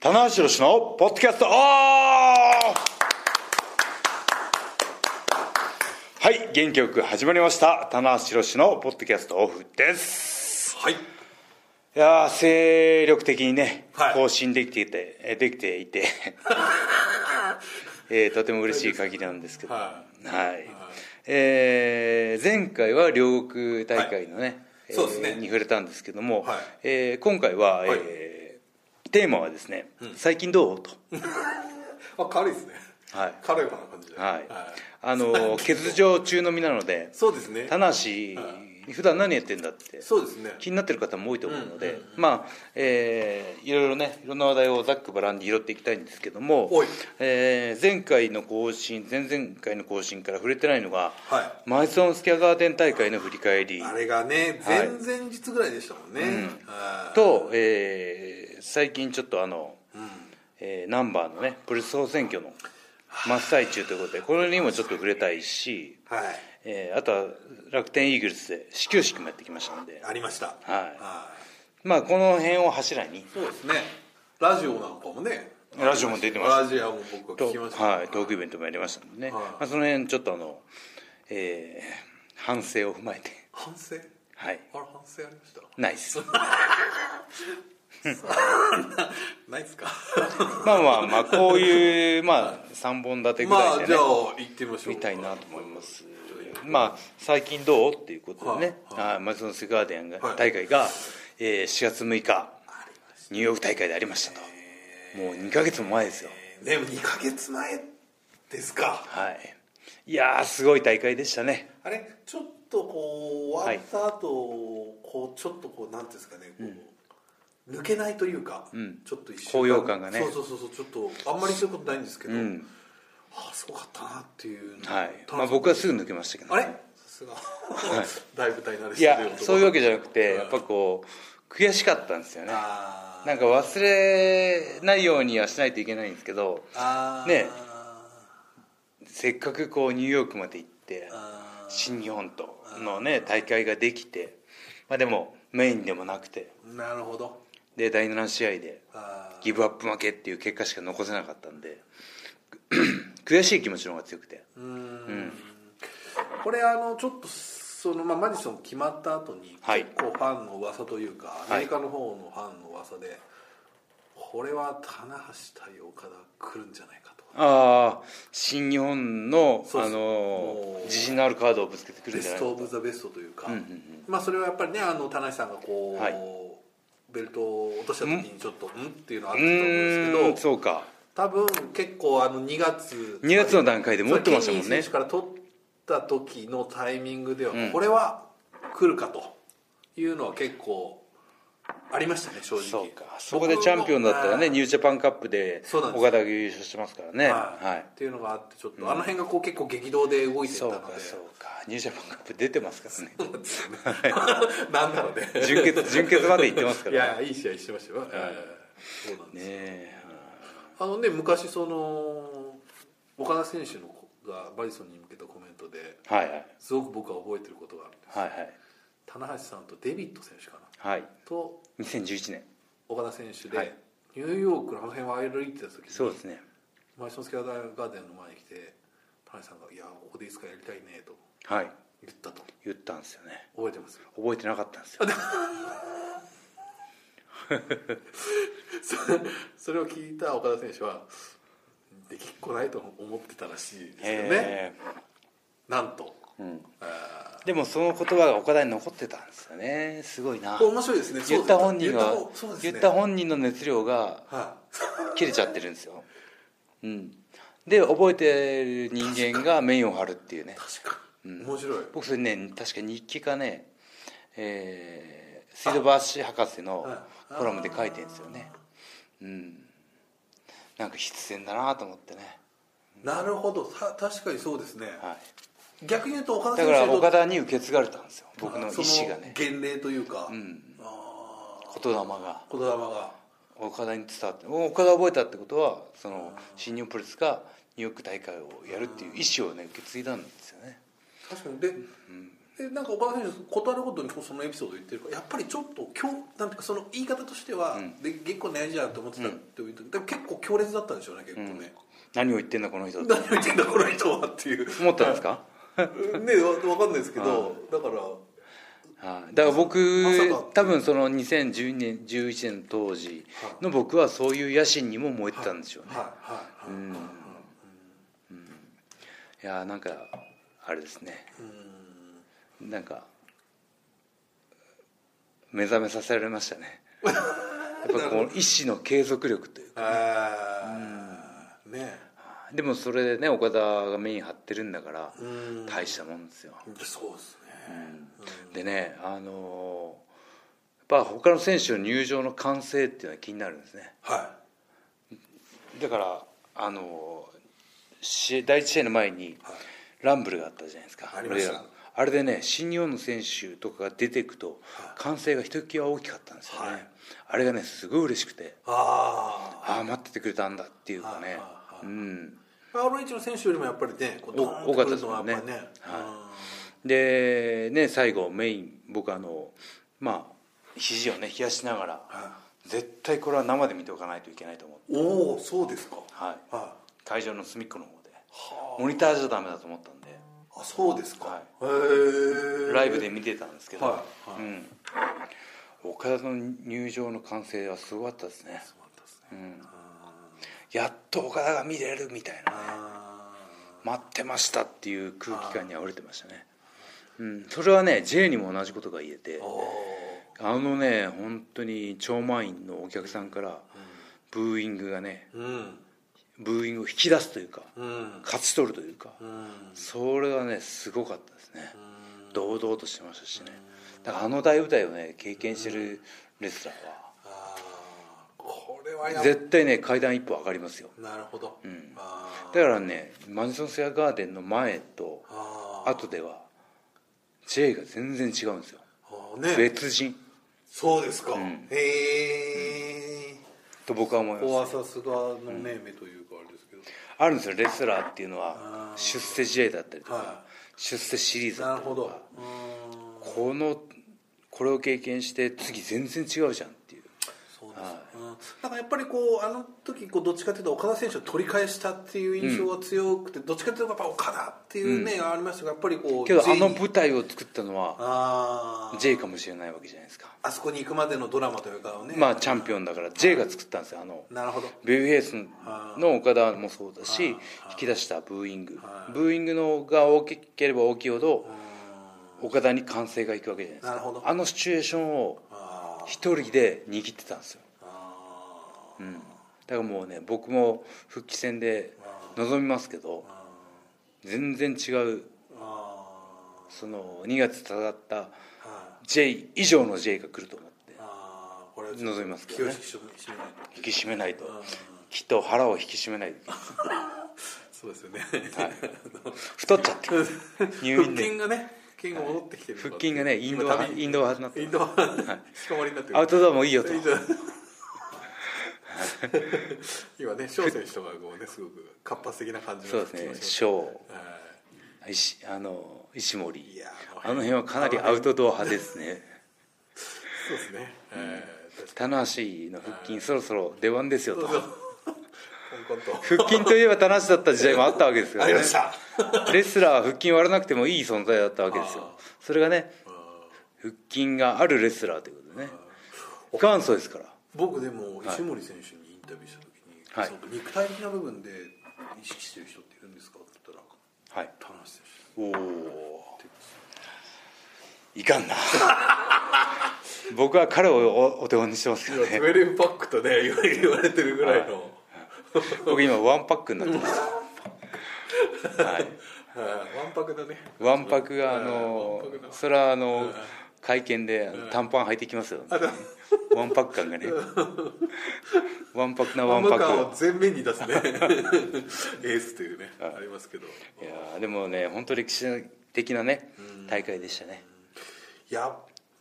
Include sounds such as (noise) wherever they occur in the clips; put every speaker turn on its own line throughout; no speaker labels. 棚橋宏のポッドキャストオフははい元気よく始まりました棚橋宏のポッドキャストオフです
はい
いやー精力的にね、
はい
更新できていてえできてい
(laughs)
てえーとても嬉しい限りなんですけど
は
はいえー前回は両国大会のね、えー
そうですね
に触れたんですけども、
はい
えー今回は、
はい
えーテーマはですね「最近どう?」と、
あ軽いですね
はい
軽やかな感じでは
はいあの欠場中の身なので
そうですね
田無普段何やってんだって
そうですね
気になってる方も多いと思うので、まあ、えーいろいろねいろんな話題をざっくばらんに拾っていきたいんですけども
おい、
えー前回の更新前々回の更新から触れてないのが、
は
マイソンスキャガーデン大会の振り返り
あれがね
は
前
い
々日ぐらいでしたもんねはい
と、えー最近ちょっとあの、えーナンバーのねプレス総選挙の真っ最中ということでこれにもちょっと触れたいし、
はい
えーあとは楽天イーグルスで始球式もやってきましたので、
ありました
まあ、この辺を柱に
いそうですねラジオなんかもね
ラジオも出てました
ラジオも僕は
と
聞きました
はい、トークイベントもやりましたのでね、
はい
まあ、その辺ちょっとあの、えー反省を踏まえて、 (laughs)
反省
はい、
あれ反省ありました
ないです。
な
(laughs)
いですか
まあまあまあ、こういう、まあ、3本立てぐら
ま
い
あ
で
じ
ね
ゃあ、行ってみましょう
みたいなと思います
ちょっと。
まあ、最近どうっていうことでね、
は
はい、マジソンスガーデンが、
はい
大会が、えー4月6日、ニューヨーク大会でありましたと。もう2ヶ月も前ですよ。
でも2ヶ月前ですか
はい。いやー、すごい大会でしたね。
あれちょっとこう終わった後、こうちょっとこうなんていうんですかねこう、抜けないというか、ちょっと一週間
高揚感がね
そうそうそうそうちょっとあんまりそういうことないんですけど、
ん
ああすごかったなっていうの
はい。
田
まあ、
中さん
僕はすぐ抜けましたけど、
あ
ね。
れさすが、だいぶ (laughs) 大慣れし
い
てる
や
男
そういうわけじゃなくてやっぱこう悔しかったんですよね
あー
なんか忘れないようにはしないといけないんですけど
あー
ねせっかくこうニューヨークまで行って
あ
新日本とのね大会ができて、まあ、でもメインでもなくて
ーなるほど
で第7試合で
あ
ギブアップ負けっていう結果しか残せなかったんで (clears throat) 悔しい気持ちの方が強くて
ーうーんこれあのちょっとその、まあ、マディソン決まった後に、
はい
結構ファンの噂というかアメリカの方のファンの噂で、これは棚橋対岡田来るんじゃないかと
ああ新日本の
そう
あ
そう
の
もう
自信のあるカードをぶつけてくるん
ベ
じゃな
ス
いか
ト・オ
と
ブ・ザ・ベストというか、
んうん
まあ、それはやっぱりねあの棚橋さんがこう、
はい
ベルトを落とした時にちょっと「ん?」っていうのあ
う
ったと思うん
ー
で
ん
すけど
そうか
多分結構あの2月
2月の段階で持ってましたもんね
そうケニー選手から取った時のタイミングでは、これは来るかというのは結構ありましたね正直
そうかそこでチャンピオンだったらねニュージャパンカップで
そうなんです
岡田が優勝してますからね
はい
は
っていうのがあってちょっと、あの辺がこう結構激動で動い
い
てた
そう
ので
かそうかニュージャパンカップ出てますからね
(laughs) なんだろうね
準決準決まで行ってますか
い
らね
やいい試合してましたよ、ええそうなんです、
え
あのね昔その岡田選手のがバリソンに向けたコメントで
はいはい
すごく僕は覚えてることがあるんです
はいはい
棚橋さんとデビット選手かな
はい
と
2011年
岡田選手で、
はい
ニューヨークのあの辺を歩いてた時に
そうですね
マイソンスキャーガーデンの前に来て棚橋さんが「いやここでいつかやりたいね」と
はい
言ったと
言ったんですよね
覚えてますよ
覚えてなかったんですよ
(laughs) そそれを聞いた岡田選手はできっこないと思ってたらしいですよね
え
なんと、
ん
あ
えでもその言葉が岡田に残ってたんですよねすごいな
ー面白いですね
言った本人
は
が
そうですね
言った本人の熱量が
はい
切れちゃってるんですよ、うん、で覚えてる人間が面を張るっていうね
確かに、面白い
僕それね確か日記かねえー、水道橋博士の
はい
コラムで書いてるんですよねうんなんか必然だなと思ってね、
なるほどた確かにそうですね
は
逆に言うと岡
い、
田
だから
選手にとっ
岡田に受け継がれたんですよ僕の意
そ
思がね
原例というか、
言霊が
言霊が
岡田に伝わって岡田を覚えたってことはその新日本プロレスがニューヨーク大会をやるっていう意思をね受け継いだんですよね
確かにで、でなんか岡田選手断るごとにこうそのエピソード言ってるからやっぱりちょっと強なんていうかその言い方としては、で結構悩んじゃうと思ってたっていう時、でも結構強烈だったんでしょうね結構ね、
何を言ってんだこの人って
何を言ってんだこの人はっていう
思ったんですか
(laughs) ねわわかんないですけどだから
はい、だから僕、
まさか
多分その2012年11年当時の僕はそういう野心にも燃えてたんでしょうね、
はいはいはい、うん
い、やーなんかあれですねなんか目覚めさせられました (laughs) ねやっぱこの意志の継続力という
あーね
でもそれでね岡田がメイン張ってるんだから
うん
大したもんですよ、
そうですね、
でねあのーやっぱ他の選手の入場の歓声っていうのは気になるんですね
は
だからあの試合第一試合の前にランブルがあったじゃないですか
ありました
俺らあれでね新日本の選手とかが出ていくと歓声がひときわ大きかったんですよね、
はい
あれがねすごい嬉しくて
いあ
ああ待っててくれたんだっていうか
はい
ね
は
うん
あ RH の選手よりもやっぱりねこうドーンってくるのはやっぱり
多
ね
かったですもんねでね最後メイン僕あのまあ肘をね冷やしながら、
は
絶対これは生で見ておかないといけないと思って、
うんおおそうですか
はい、
は
会場の隅っこの方で
は
モニターじゃダメだと思ったんで
ああそうですか、
は
へえ
ライブで見てたんですけど、
はいはい
うん、岡田の入場の歓声はすごかったですね、
そうだったです
う
ね
ん、やっと岡田が見れるみたいな
あ
待ってましたっていう空気感にあふれてましたね、うん、それはね J にも同じことが言えて
ーおー
あのね本当に超満員のお客さんからブーイングがね
うん
ブーイングを引き出すというか
うん
勝ち取るというか
うん
それはねすごかったですね堂々としてましたしねだからあの大舞台をね経験してるレスラーは
あーこれはやっ
絶対ね階段一歩上がりますよ
なるほど、うん、あー
だからねマンションスアガーデンの前と
あー
後では J が全然違うんですよ
あーね
別人
そうですか、
ん
へえ
と僕は思い
ここ
ま
は
す
さすがのね、目というかあれですけど
あるんですよレスラーっていうのは
あー
出世試合だったりとか
は
出世シリーズだ
な
っ
る
た
ほ
りと
ど
かこのこれを経験して次全然違うじゃんっていう
そうです、うん、だからやっぱりこうあの時こうどっちかというと岡田選手を取り返したっていう印象が強くて、どっちかというとやっぱ岡田っていう面がありましたがやっぱりこう
けどあの
全員
舞台を作ったのは
あー
J かもしれないわけじゃないですか
あそこに行くまでのドラマというかね
まあチャンピオンだから J が作ったんですよあの
なるほど
ベビーフェイスの岡田もそうだし引き出したブーイングブーイングのが大きければ大きいほど岡田に歓声がいくわけじゃないですか
なるほど
あのシチュエーションを
あ
一人で握ってたんですよ
ーあー
だからもうね僕も復帰戦で臨みますけど全然違う
あ
その2月戦った
ーはい
J 以上の J が来ると思って
あーこれ
望みますけ
気
ど
を
ね
引き締め締めない
引き締めないときっと腹を引き締めないと
そうですよね、
太っちゃってる入
(laughs) 腹
院で
筋がね筋が戻ってきてるのか
腹筋がねインドア
今旅
インドア派になって
インドアしかもりになって
アウ
る
トドアもいいよと
インドア今ね翔選手とかこうねすごく活発的な感じの
そうですね
気がし
翔
ますは
石あの石森
いいやーもう
あの辺はかなりアウトドア派ですね
そうですねえー確か
棚橋の腹筋そろそろ出番ですよ
に
と
そうコンコンと
腹筋といえば棚橋だった時代もあったわけですよ、ね、
ありました
レスラーは腹筋割らなくてもいい存在だったわけですよそれがね腹筋があるレスラーということでね元祖ですから
僕でも石森選手にインタビューした時に、
はい
その肉体的な部分で意識してる人っているんですかって言ったら
はい
田中 (laughs) 選手
おおいかんな (laughs) 僕は彼をおお手本にしてますけどね
12パックとね言われ言われてるぐらいの、
僕今ワンパックになって (laughs) ますはい
はいわんぱくだね
ワンパクがあ
わ
の
んぱくだ
それはあの会見であの短パン履いてきますよワンパク感がねワンパクなワンパ
ワンパクを
ク
全面に出す
(laughs)
ねエースというねありますけど
いやーでもね本当歴史的なね大会でしたね
いや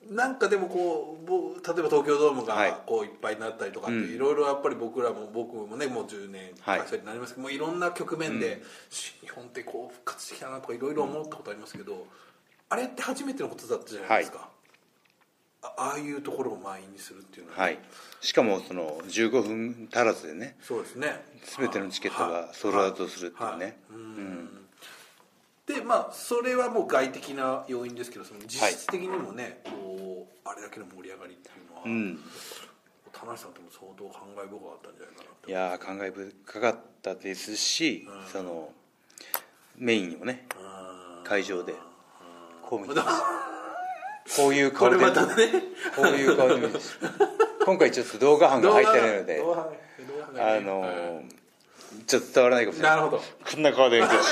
なんかでもこう僕例えば東京ドーム
はい
がこういっぱいになったりとかって、いろいろやっぱり僕らも僕もねもう10年
はい
会社になりますけど、もういろんな局面で、新日本ってこう復活してきたなとかいろいろ思ったことありますけど、あれって初めてのことだったじゃないですか、あああいうところを満員にするっていうのは、
はい、しかもその15分足らずでね
そうですね
全てのチケットがソールドアウトするっていうね、
はいはいうんでまあそれはもう外的な要因ですけどその実質的にもね、こうあれだけの盛り上がりっていうのは、
うん、
田中さんとも相当感慨深かったんじゃないかなって
いやー感慨深かったですし、そのメインをね
あ
会場でこう見て
ーま
こういう
たこ
顔
れ
で
またね
こういう顔で見てしまう今回ちょっと動画班が入ってないので
動画動画動画
あのーちょっと伝わらないかもしれない
なるほど
こんな顔で見てし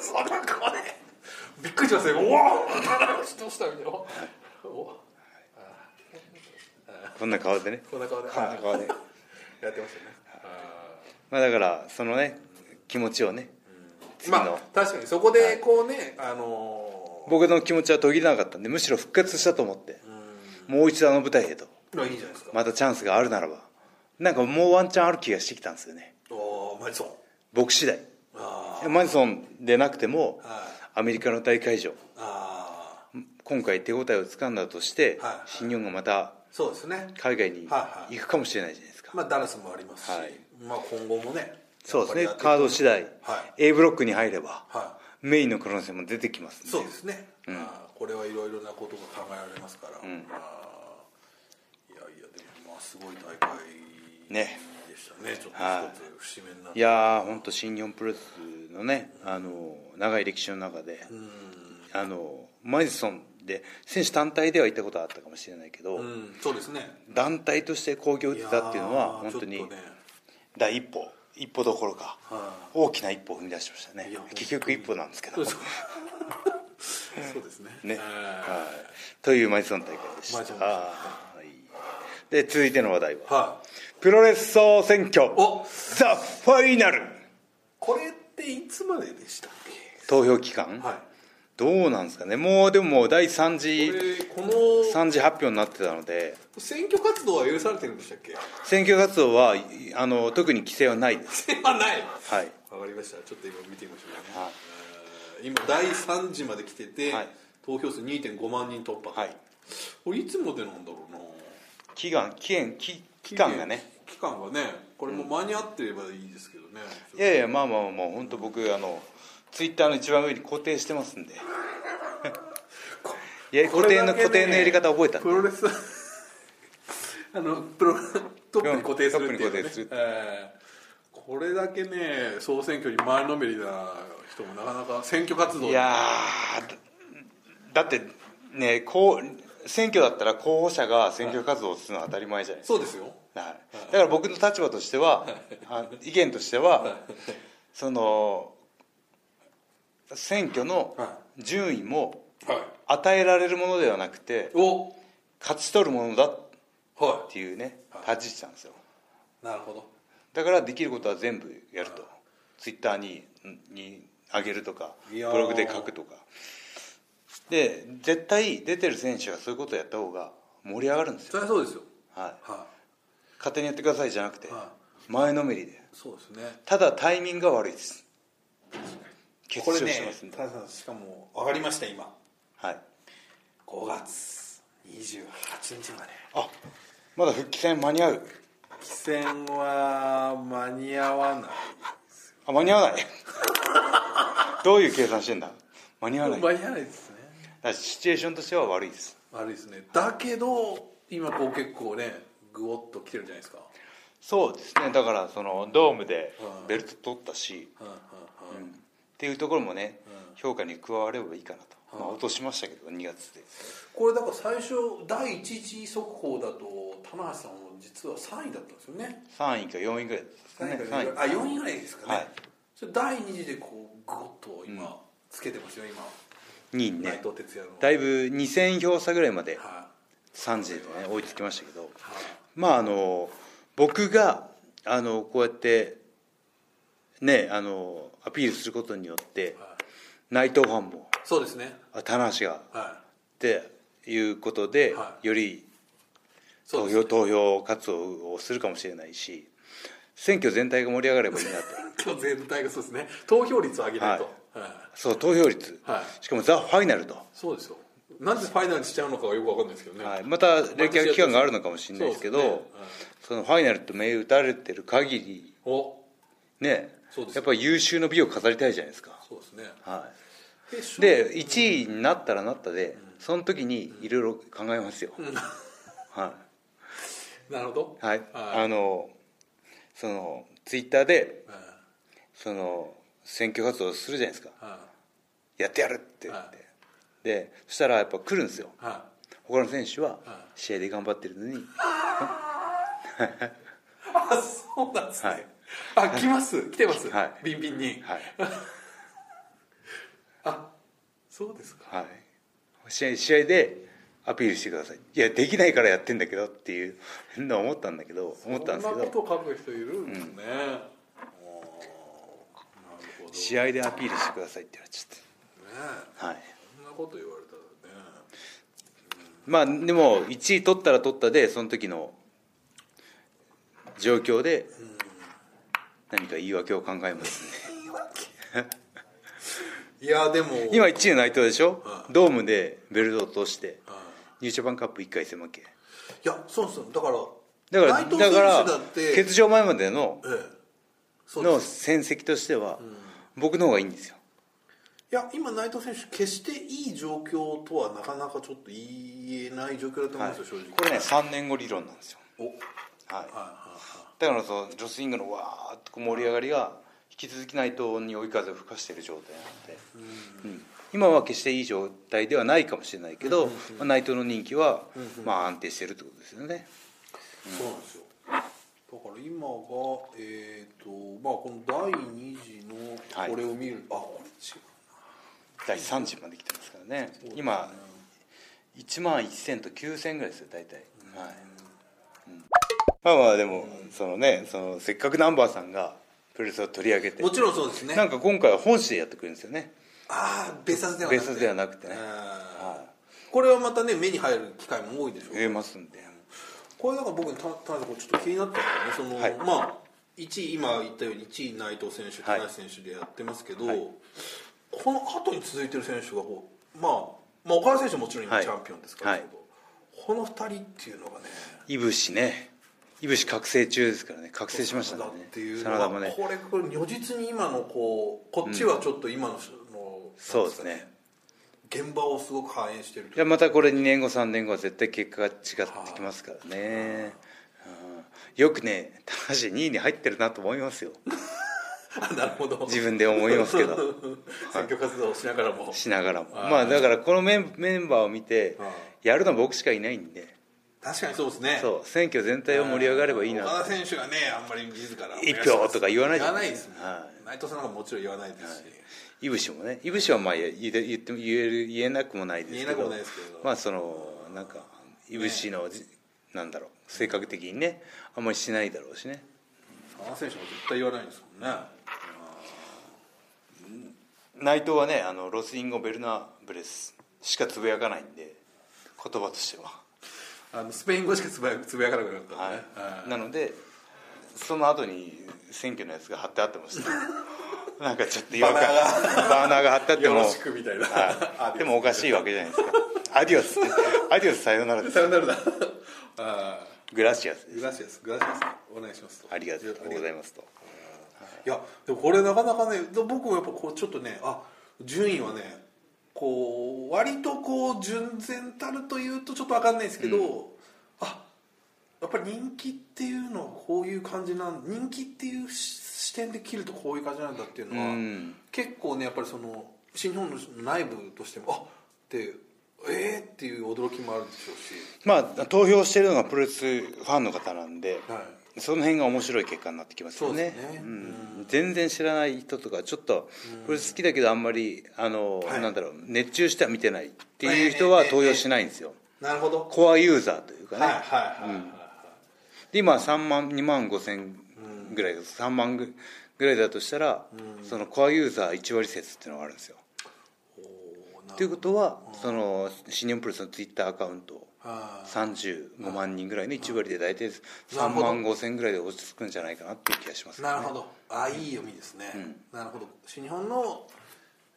そんな顔でびっくりしますよおおどうしたみたいなおお
まうこんな顔でね
こんな顔で
こんな顔で
やってましたねあ
まあだからそのね気持ちをね
ー
次
ま
の
あ確かにそこでこうねあの
僕の気持ちは途切れなかったんでむしろ復活したと思って
ーうん
もう一度あの舞台へと
まあいいじゃないですか
またチャンスがあるならばなんかもうワンチャンある気がしてきたんですよね
おおマリソン
僕次第
あ
マリソンでなくても
ーはい
アメリカの大会場
あー
今回手応えをつかんだとして
はいはい
新日本がまた
そうですね
海外に
はいはい
行くかもしれないじゃないですか
まあダラスもありますし、
はい
まあ今後もね
そうですね
やっぱり
カー
やっていく
ド次第
は
A ブロックに入れば
は
メインの可能性も出てきます
い
ん
そうですね、あーこれはいろいろなことが考えられますから、あーいやいやでもまあすごい大会
ね
でしたねちょっ
は
と一つ節目になって、
いやー本当新日本プロレスのねあの長い歴史の中であのマリソンで選手単体では行ったことはあったかもしれないけど、
うんそうですね
団体として興行を打てたっていうのは本当
いや
に
ーちょっとね
第一歩一歩どころか
は
大きな一歩を踏み出しましたね
いや本当に
結局一歩なんですけ
そ
ど
うそうそうですね
ね、
は
はい、というマイソン大会でした
マイソン
はいで続いての話題
い、
は
はい
プロレス総選挙
お
ザ・ファイナル
これっていつまででしたっ
投票期間、
けはい
どうなんですかねもうでももう第3
こ
次
れこの
3次発表になってたので
選挙活動は許されてるんでしたっけ (laughs)
選挙活動はいあの特に規制はないです
はない
はい
わかりましたちょっと今見てみましょうかね、えー今第3次まで来てて、
はい
投票数2.5万人突破と
はい
これいつまでなんだろうな
期間期限期期間がね
期間がねこれも間に合ってればいいですけどね、
いやいやまあまあまあまあ本当僕あのツイッターの一番上に固定してますん (laughs) でいや固定の
これだけね
固定のやり方覚えたん
プ
で
ロレス (laughs) あのプロトップに固定するっていう、
トップ
ね
に固定する
えーこれだけね総選挙に前のめりな人もなかなか選挙活動
いやーだだってねこう選挙だったら候補者が選挙活動をするのは当たり前じゃないですか
そうですよ
はい、だから僕の立場としては、あ意見としては、その選挙の
は
順位も
はい
与えられるものではなくて
お
勝ち取るものだっ
は
ていうね立ち位置なんですよ
いなるほど
だからできることは全部やるとツイッターにに上げるとか
い
ブ
やー
ログで書くとかで絶対出てる選手がそういうことをやった方が盛り上がるんですよ、
そりゃそうですよ
はい、
は
勝手にやってくださいじゃなくて
は
前のめりで
いそうですね
ただタイミングが悪いです決
これ
勝
ね
してますんで、
田中さんしかも分かりました今
はい
5月28日まで
あまだ復帰戦間に合う
棋戦は間に合わない
あ間に合わない (laughs) どういう計算してんだ間に合わないだか
間に合わないですね
らシチュエーションとしては悪いです
悪いですねだけど今こう結構ねぐおっと来てるじゃないですか
そうですねだからそのドームでベルト取ったし、
うんうんうん
っていうところもね、評価に加わればいいかなと、まあ、落としましたけど2月で
これだから最初第一次速報だと棚橋さんは実は3位だったんですよね
3位か4位ぐらいですか
三
ね
位か
三
四位あ4位ぐらいですかね、
はい
それ第2次でこうグッと今、つけてますよ今
2位に
内
ね
藤哲也の、
だいぶ2000票差ぐらいまで
は
3時でね追いつきましたけど
いはい
まああの僕があのこうやってねあのアピールすることによって
はい
内藤ファンも
そうですね
あ棚橋が
は
っていうことで、
はい
より
いそう
投票投
です (laughs)
票活動をするかもしれないし選挙全体が盛り上がればいいなと
そう全体がそうですね投票率を上げないと、はい
そう投票率、
はい
しかもザ・ファイナルと、
そうですよなんでファイナルにしちゃうのかはよくわかんないですけどね、
はい、また冷却期間があるのかもしれないですけどそ
そうですね
のファイナルと銘打たれてる限り
お
ね
そうです
やっぱり優秀の美を飾りたいじゃないですか、
そうですね
は
え
い、で1位になったらなったでその時にいろいろ考えますよ、は
なるほど
い、はい
はい
あのそのツイッターで
うん
その選挙活動するじゃないですか
は
やってやるって言っ
は
てでそしたらやっぱ来るんですよ
いは
他の選手は
は
試合で頑張ってるのに
いあそうなんですね、
はい
あ来ます来てます、
は
ビンビンに、
はい
あそうですか
はい、試合試合でアピールしてくださいいやできないからやってんだけどっていうのを思ったんだけど思ったんですけ
そんな
ど
ことを書く人いるんですね、あーなるほどね
試合でアピールしてくださいって言われち
え
ゃって、はい、
そんなこと言われたらね
まあでも1位取ったら取ったでその時の状況で何か言い訳を考えますね
いやでも
今1位の内藤でしょ
は
ドームでベルトを落として
うん
ニュージャパンカップ1回戦負け
いやそうですよだから
だから
内藤
だ
選手
から
だって
欠場前までの
ええそうで
の
す
戦績としては僕の方がいいんですよ
いや今内藤選手決していい状況とはなかなかちょっと言えない状況だと思うんですよ、正直
これね3年後理論なんですよ、
おはい
はい、
は
だからそのジョスイングのわーっとこう盛り上がりが引き続き内藤に追い風を吹かしている状態なので、うん今は決していい状態ではないかもしれないけど、まあ、内藤の人気は、まあ、安定してるってことですよね、
いそうなんですよだから今がえっ、とまあこの第2次
は
の
い
これを見る、あこれ違う
第3次まで来てますからね今1万1000と9000ぐらいですよ大体、はいうんまあまあでも、そのねそのせっかくナンバーさんがプロレスを取り上げて
もちろんそうですね
なんか今回は本誌でやってくれるんですよね
ああ別冊ではなく
別
て
冊ではなくてね
あーこれはまたね目に入る機会も多いでしょう
増えますんで
これだから僕にた田中さんこれちょっと気になったんだよねその、
はい
まあ1位今言ったように1位内藤選手
は
田
い
中選手でやってますけど、この後に続いてる選手がこう、まあ、まあ岡田選手ももちろん今
はい
チャンピオンですから、
はい
けどこの2人っていうのがね
いぶしねいぶし覚醒中ですからね覚醒しましたね
だっていう
真
の
田
は
もね
これこれ如実に今のこうこっちはちょっと今の,、の
そうですね
現場をすごく反映してる
いやまたこれ2年後3年後は絶対結果が違ってきますからね、うんよくね高橋2位に入ってるなと思いますよ
あ (laughs) なるほど
自分で思います
(laughs)
けど
選挙活動をしながらも
しながらもまあだからこのメンメンバーを見て
はい
やるのは僕しかいないんで
確かにそうですね
そう選挙全体を盛り上がればいいな
岡田選手がねあんまり自ら
一票とか言わないじ
言
ゃな
わないい
で
ですす
か
もん、内藤さんなんかもちろん言わないですし、
いぶしもねいぶしはまあ言え言っても言える言えなくもないですけ
言えなく
ど
もないですけど
まあそのなんかいぶしの、なんだろう性格的にねあんまりしないだろうしね
岡田選手も絶対言わないですもんね
内藤はねあのロスインゴ・ベルナブレスしかつぶやかないんで言葉としては、
あのスペイン語しかつぶやつぶやかなくなったんでね、
はい、なのでその後に選挙のやつが貼ってあってました (laughs) なんかちょっと違和感
バナー
バーナーが貼ってあって
よ
も
ろしくみたいな、
はいでもおかしいわけじゃない (laughs) ですかアディオスアディオスさようならです
さよならだ (laughs) あ
グラシアス
ーグラシアスグラシアスお願いします
ありがとうござい
ま
ますと
すいやでもこれなかなかね僕もやっぱこうちょっとねあ順位はねこう割とこう純然たるというとちょっと分かんないですけど、あやっぱり人気っていうのはこういう感じなん人気っていうし視点で切るとこういう感じなんだっていうのは、
うん
結構ねやっぱりその新日本の内部としてもあってえー、っていう驚きもあるでしょうし、
まあ投票してるのがプロレスファンの方なんで、
はい、
その辺が面白い結果になってきますよね
そうですね
う、
うん
全然知らない人とかちょっとプロレス好きだけどあんまりあの、
はい
なんだろう熱中しては見てないっていう人は投票しないんですよ、
なるほど
コアユーザーというかね、
はいはいはい、はい
で今3万2万5千ぐらいです3万ぐぐらいだとしたら、そのコアユーザー1割説っていうのがあるんですよ
おーな
ということはその新日本プロレスのツイッターアカウント
あー
35万人ぐらいの1割で大体3
なるほど
万5千ぐらいで落ち着くんじゃないかなっていう気がしますね
なるほどああいい読みですね、なるほど新日本の、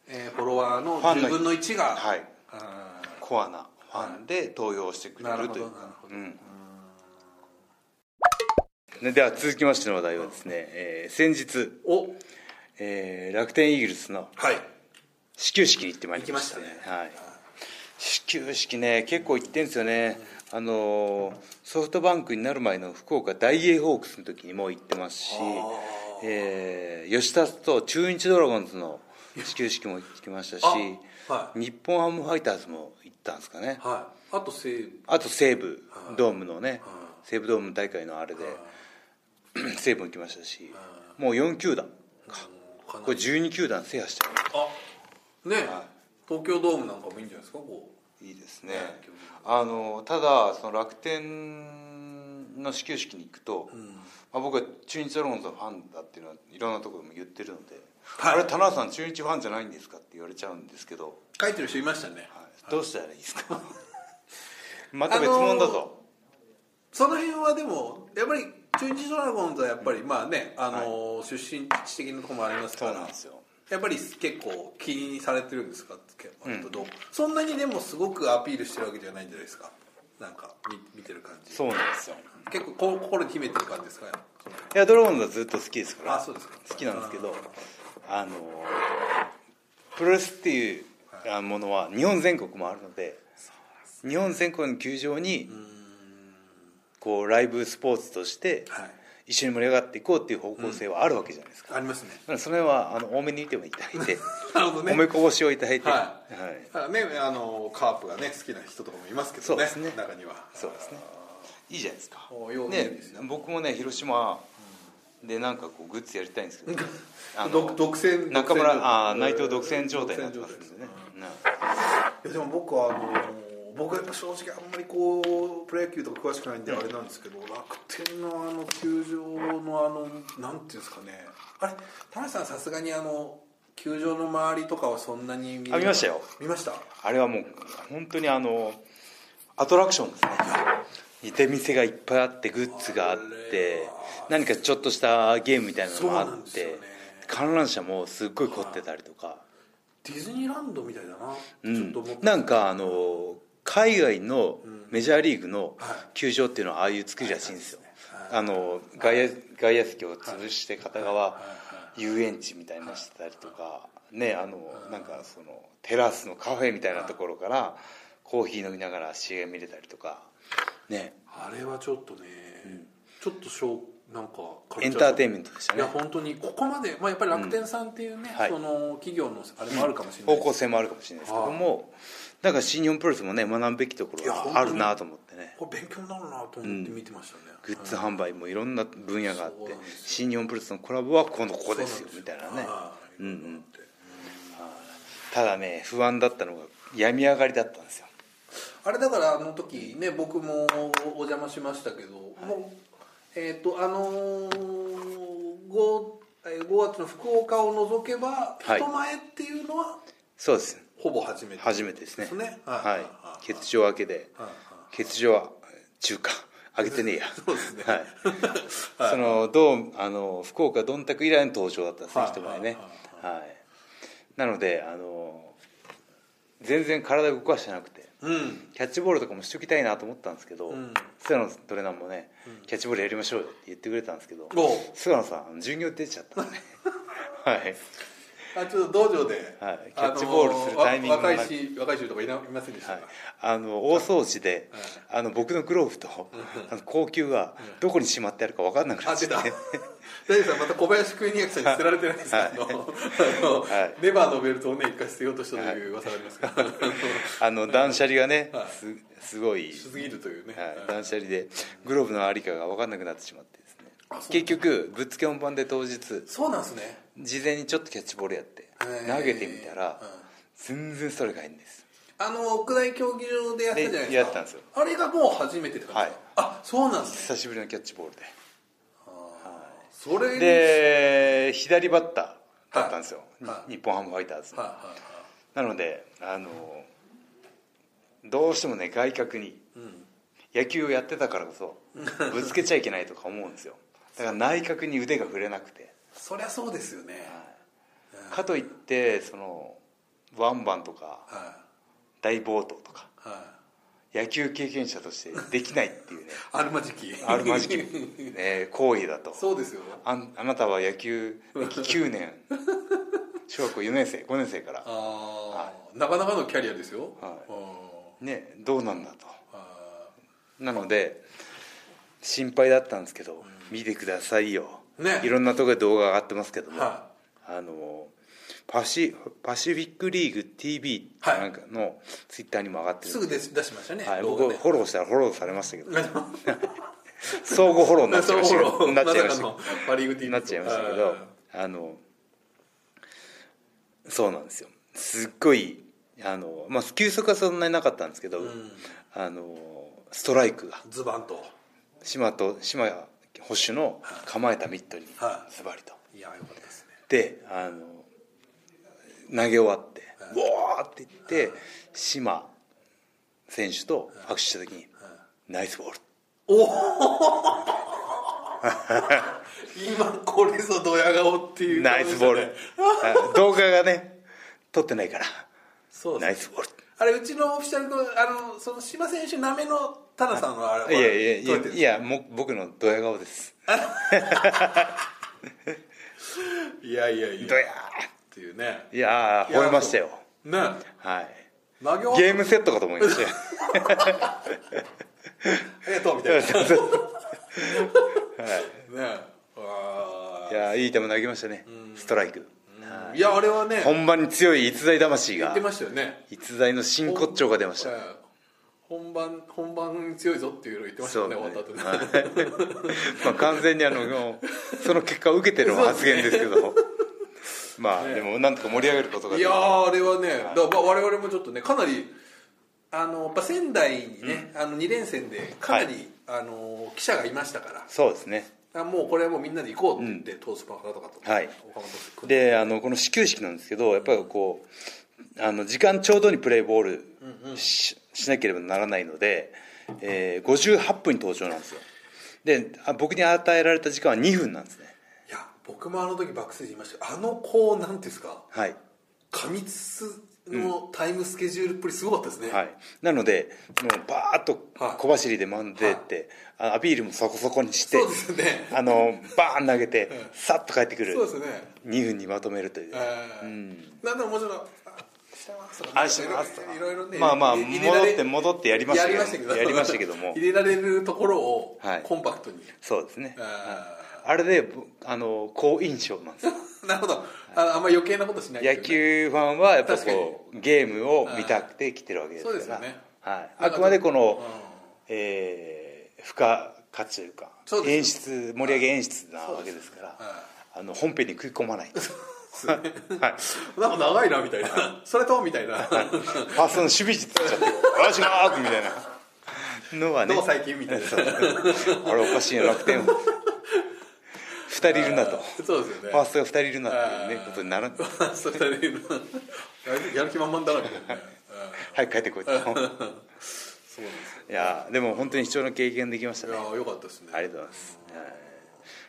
えーフォロワーの
ファンの
10分の1が
はい
あー
コアなファンで投票してくれ
なる
る
ほ
と
ど
い
な
う
るほど、
うんねでは続きましての話題はですね、えー先日、
お
えー楽天イーグルスの
はい
始球式に行ってまいりました
行きました
はい、始球式ね結構行ってんですよね、あのーソフトバンクになる前の福岡ダイエーホークスの時にも行ってますし
ー、
えー吉田と中日ドラゴンズの始球式も行ってきましたし、
あは
日本ハムファイターズも行ったんですかね、
はいあと西武
あと西武ドームのね、西武ドーム大会のあれで、 (clears throat) 西武も行きましたし、もう4球団、
かな
これ12球団制覇してる
あね、東京ドームなんかもいいんじゃないですかこ
いいですねあのただその楽天の始球式に行くと、まあ、僕は中日ドラゴンズのファンだっていうのはいろんなところでも言ってるので、あれ田中さん中日ファンじゃないんですかって言われちゃうんですけど、
う書いてる人いましたね
はいどうしたらいいです (laughs) かまた別物だぞ、
その辺はでもやっぱり中日ドラゴンズはやっぱり、まあね、あのー出身地的なところもありますから
そうなんですよ
やっぱり結構気にされてるんですかってどうそんなにでもすごくアピールしてるわけじゃないんじゃないですかなんか見見てる感じ
そうなんですよ
結構こ心に秘めてる感じですか
いやドラゴンズはずっと好きですから
あそうですか
好きなんですけどあのプロレスっていうあものは日本全国もあるので日本全国の球場にこうライブスポーツとして
はい
一緒に盛り上がっていこうっていう方向性はあるわけじゃないですか、
あり
(laughs)
ますね
だからその辺はあの多めに見てもいただい (laughs) て
なるほどね
おめこぼしをいただいて、
はい
はい
だからねあのカープがね好きな人とかもいますけどね
そうですね
中には
そうですねいいじゃないですか
およういい
ね
ですね
僕もね広島でなんかこうグッズやりたいんですけどあの
独独占
中村
独占
ああ内藤独占状態になってますんでね、うん
いやでも僕はあの僕はやっぱ正直あんまりこうプロ野球とか詳しくないんであれなんですけど、楽天のあの球場のあのなんていうんですかねあれ田中さんさすがにあの球場の周りとかはそんなに見れな
あ見ましたよ
見ました
あれはもう本当にあのアトラクションですね似て店がいっぱいあってグッズがあっ
あれ
て何かちょっとしたゲームみたいなのもあ
そうなん
っ
ですよ
て
ね
観覧車もすっごい凝ってたりとか、
ディズニーランドみたいだな、
う
ちょっ
ん
と思っ、て
なんかあの海外のメジャーリーグの
はい
球場っていうのはああいう作りらしいんですよ、
は
あの外野外野席を潰して片側遊園地みたいにしてたりとか、ねあのなんかそのテラスのカフェみたいなところからコーヒー飲みながら CM 見れたりとかね
あれはちょっとね、ちょっとショーなんかカルチ
エ
ャ
ンター
ー
テインメントでした
い
ね
や本当にここまで、まあ、やっぱり楽天さんっていうね、
はい
その企業のあれもあるかもしれない
方向性もあるかもしれないですけどもだから新日本プロレスもね学ぶべきところがあるなと思ってね
これ勉強になるなと思って見てましたね、
グッズ販売もいろんな分野があっ
そう
て
なんですよ
新日本プロレスのコラボはこのここですよみたいなね
はい
うんうんただね不安だったのが病み上がりだったんですよ
あれだからあの時ね僕もお邪魔しましたけど、もうえっ、とあのー、5, えー5月の福岡を除けば、
はい
人前っていうのは
そうです
ほぼ初めて
初めてですね
ですねはいはい
はい欠場明けで欠場は中華上げてねえやそうですねはいそのどうあの福岡どんたく以来の登場だったんですね
はい
人前ねはいなのであの全然体動かしてなくて
うん
キャッチボールとかもしときたいなと思ったんですけど、
ん
菅野トレーナーもね、キャッチボールやりましょうよって言ってくれたんですけど
おう
菅野さん巡業出ちゃった
(laughs)
んではい
あちょっと道場で、
はいキャッチボールするタイミング
あのーわ若いし若い衆とかいないませんでした
はい
か、、
あの大掃除で、あの僕のグローブと、あの高級がどこにしまってあるか分かんなくな
あ
っち
出
ゃ (laughs)
た
って、
大丈夫さんまた小林邦明さんに捨てられてないですか、あのあの
はい
ネバーのベルトをね一回捨てようとしたという噂がありますけど、
あの断捨離がね、
はい
すすごい、
しすぎるというね、
はい、断捨離でグローブのありかが分かんなくなってしまってですね
あそう
結局ぶっつけ本番で当日
そうなんですね
事前にちょっとキャッチボールやって
へー
投げてみたら、
うん
全然それがいいんです
あの屋内競技場でやったじゃないですか
でやったんですよ
あれがもう初めてって感じですか、あそうなんです
久
ね
しぶりのキャッチボールで
それに
で左バッターだったんですよ、
はい
日本ハムファイターズの
はいはいはい
なのであのどうしてもね外角に
うん
野球をやってたからこそぶつけちゃいけないとか思うんですよだから内角に腕が触れなくて
そりゃそうですよね
かといってそのワンバンとか
は
大暴投とか
いはい
野球経験者としてできないって
(laughs)
いうね
あるまじき
あるまじき、ね、行為だと
(laughs) そうですよ
あんあなたは野球歴9年
(laughs)
小学校4年生5年生から
あ、あなかなかのキャリアですよ
は
う
ね、どうなんだと
んあ
なので心配だったんですけど見てくださいよ、
ね
いろんなところで動画上がってますけど
ー
も、
は
あのパシパシフィックリーグ TV
はい
なんかのツイッターにも上がっ
い
てる
すぐ出し出しましたね
はい、
動
僕
画ね
フォローしたらフォローされましたけ
(laughs)
ど相互フォローになっちゃいましたけどなっちゃいましたけど
たパリーグ TV
なっちゃいましたけどあのそうなんですよすっごいあの、まあ、球速はそんなになかったんですけど、
うん
あのストライクが
ズバンと
島と島保守の構えたミットに
はい
ズバリと
いやよかった
(laughs)
ですね
であの投げ終わって「うおー!」って言って島選手と握手した時に「ナイスボール
今これぞドヤ顔って」いう
ナイスボールあ動画がね撮ってないから
そう
ナ
で
イ
す
スボール
あれうちのオフィシャルのあのその島選手なめのタナさんのあれ
いやいやい
撮れて
や
る
いやもう僕のドヤ顔です
いやいやいや
ドヤ
っていうね
ーいやー吠えましたよ
ね
はい
投げ終わっ
ゲームセットかと思いました
(laughs)
よ
ありがとうみたいなね (laughs)
い
あ
やーいい球投げましたねストライク
ーいやあれはね
本番に強い逸材魂
言っ
が
てましたよね
逸材の真骨頂が出ました
はい本番本番に強いぞっていうの言ってました
そ
よ
う
ね
ね
終わった後ね
はいまあ完全にあの
(laughs)
もうその結果を受けての発言ですけどまあでもなんとか盛り上げることが
(laughs) い
でき
や
た
ーあれはね、だから我々もちょっとねかなりあのやっぱ仙台にね、あの2連戦でかなり、あの記者がいましたから
そうですね
あもうこれはもうみんなで行こうって言って、トースパー方々と、
はい
岡本君
であのこの始球式なんですけどやっぱりこうあの時間ちょうどにプレーボールし,、しなければならないので、えー58分に登場なんですよであ僕に与えられた時間は2分なんですね
いや僕もあの時バックステージいましたけどあのこうなんていうんですか
はい
過密のタイムスケジュールっぷりすごかったですね、
はい、なのでもうバーッと
はい
小走りで回ってって、あアピールもそこそこにして
そうですよね
あのバーン投げてさっと帰ってくる
そうですよね、
2分にまとめるという、
えーなんでももちろんあしてますとか
あしてますとか
いろいろね
まあまあ
入れら
戻って戻ってやりましたけど
やりましたけど
やりましたけども
入れられるところを
はい
コンパクトに、
そうですね
あ
あれでぼあの好印象なんですよ
(laughs) ーなるほどああんま余計なことしない
野
っていうね
球ファンはやっぱこうゲームを見たくて来てるわけですから
そうですよね
はい、
な
あ
んか
くまでこの、
うん
えー、付加価値というか
そうですよ
演出盛り上げ演出なわけですから
は
あの本編に食い込まないはい
なんか長いなみたいなそれとみたいな
ファーストの守備術つっちゃって「よしマーク」みたいなのはね
どう最近みたいな
そうあれおかしいな楽天2人いるなと
そうですよ
フ
ね
ァーストが2人いるなっていうねことにならん
それで (laughs) やる気満々だなみたい
(laughs)
なねうん
早く帰ってこいと
そうなんですよ
いやーでも本当に貴重な経験できました
い
ね
やーよかったですね
ありがとうございます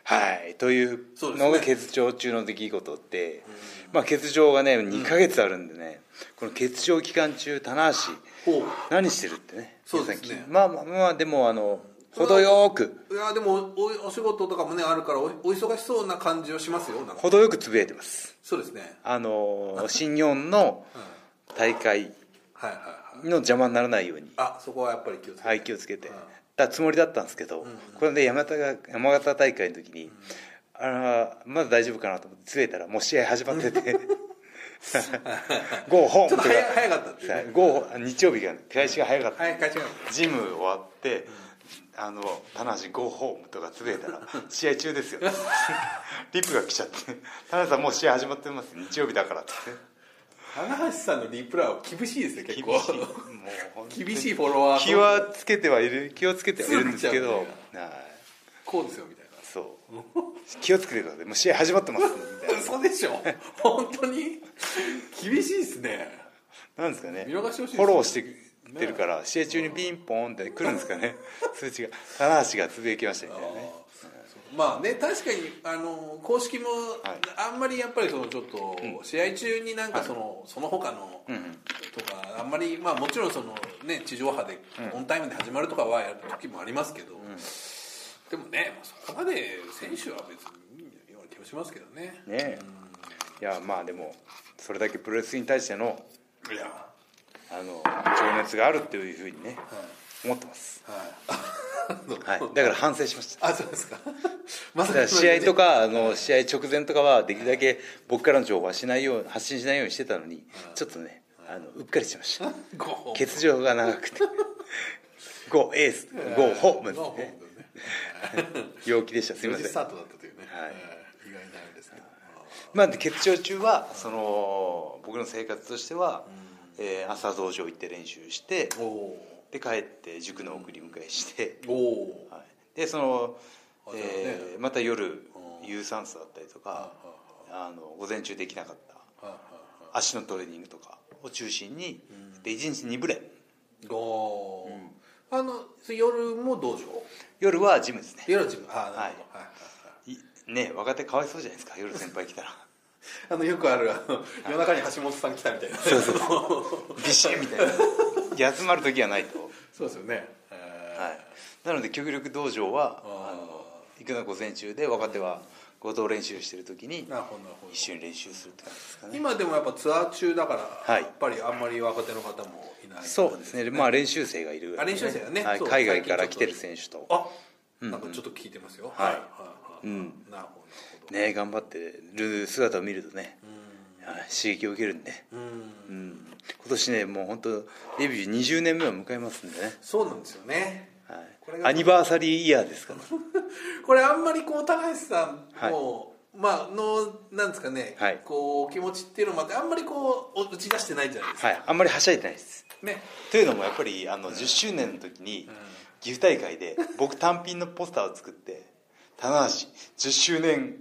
はいはいという
そうですね
のが欠場中の出来事って、まあ欠場がね2ヶ月あるんでね、この欠場期間中棚橋
ほ
何してるってね
そうですね
皆さんきまあまあまあでもあの程よく
ういやーでもおお仕事とかもねあるからおお忙しそうな感じをしますよなんか
程よくつぶやいてます
そうですね
あ
(laughs)
のー新日本の大会
はいはいはい
の邪魔にならないように
あそこはやっぱり気をつけて
はい気をつけてたつもりだったんですけど、これで山形が山形大会の時に、あらまだ大丈夫かなと思ってつえたらもう試合始まって (laughs) てゴーホーン
ちょっと早早かったっていうね
ゴーホーン日曜日が開始が早かった、
はい会社が
ジム終わって「あの棚橋ゴーホーム」とかつぶやい (laughs) たら「試合中ですよ」リプが来ちゃって「棚橋さんもう試合始まってます日曜日だから」って
花橋さんのリプライは厳しいですね
厳し
結
い
構
もう本当に
厳しいフォロワーと
気はつけてはいる気をつけてはいるんですけど
つぶっ
はい
こうですよみたいな
そう気をつけてくださいもう試合始まってますみたい
嘘でしょ本当に厳しいですね
ななんですかね
見逃してほしいですね
フォローしててるから、試合中にピンポンって来るんですか
(laughs)
ね数値が棚橋がつぶやきましたみたいなね
まあね確かにあの公式も、
はい
あんまりやっぱりそのちょっと、試合中になんかその、その他の、
うんうん
とかあんまりまあもちろんそのね地上波でオンタイムで始まるとかはやる時もありますけど、でもねまあそこまで選手は別にいいような気もしますけどね
ねえいやまあでもそれだけプロレスに対しての
いや
あの情熱があるっていうふうにね、思ってます、
はい、
はい、だから反省しました
あそうですかま
だ
さ
か
から
試合とかあの試合直前とかはできるだけ僕からの情報はしないよう発信しないようにしてたのにちょっとねあのうっかりしてました
ご
欠場が長 (laughs) くてゴーエースゴーホーム
ご本
ね
文ね
陽気でしたすい
4
ま
時
せ
ス
ん
タートだったというね、
はい
えー意外なあれですけど、
まあ、で欠場中はその僕の生活としては、えー朝道場行って練習して
おお
で帰って塾の送り迎えして、
ーお
はい、でその
あ、じゃあね
えーまた夜有酸素だったりとかあの午前中できなかった
ーはいは
足のトレーニングとかを中心にで1日2ブレ
いおーあのそれ夜も道場
夜はジムですね
夜は自分ああなるほど、はいはいはい
いね若手かわいそうじゃないですか夜先輩来たら
あのよくあるあの夜中に橋本さん来たみたいなそうそうそう
ビシッみた
(laughs)
いな休まる時はないと
ですよね、えー
はい、なので極力道場は
あー
あの行くのは午前中で若手は合同練習してる時に
なるほどなるほど
一緒に練習するって感じですかね
今でもやっぱツアー中だから、
はい
やっぱりあんまり若手の方もいない
そうですねまあ練習生がいるぐらい
あ練習生がね
はい、
そう
海外から来てる選手と
あ、なんかちょっと聞いてますよ
はい
はいはい、
うん
なるほどなるほど、
ね頑張ってる姿を見るとね、はい刺激を受けるんで、
うん
うん、今年ねもう本当デビュー20年目を迎えますんでね、
そうなんですよねこ
は
れ
い、
が
アニバーサリーイヤーですから
これあんまりこう高橋さ
は
ん
い
も、まあのなんですかね、
はい
こう気持ちっていうのもあってあんまりこうお打ち出してないじゃないですか、
はいあんまりはしゃいでないです
ね
というのもやっぱりあの10周年の時に岐阜大会で僕単品のポスターを作って「棚橋10周年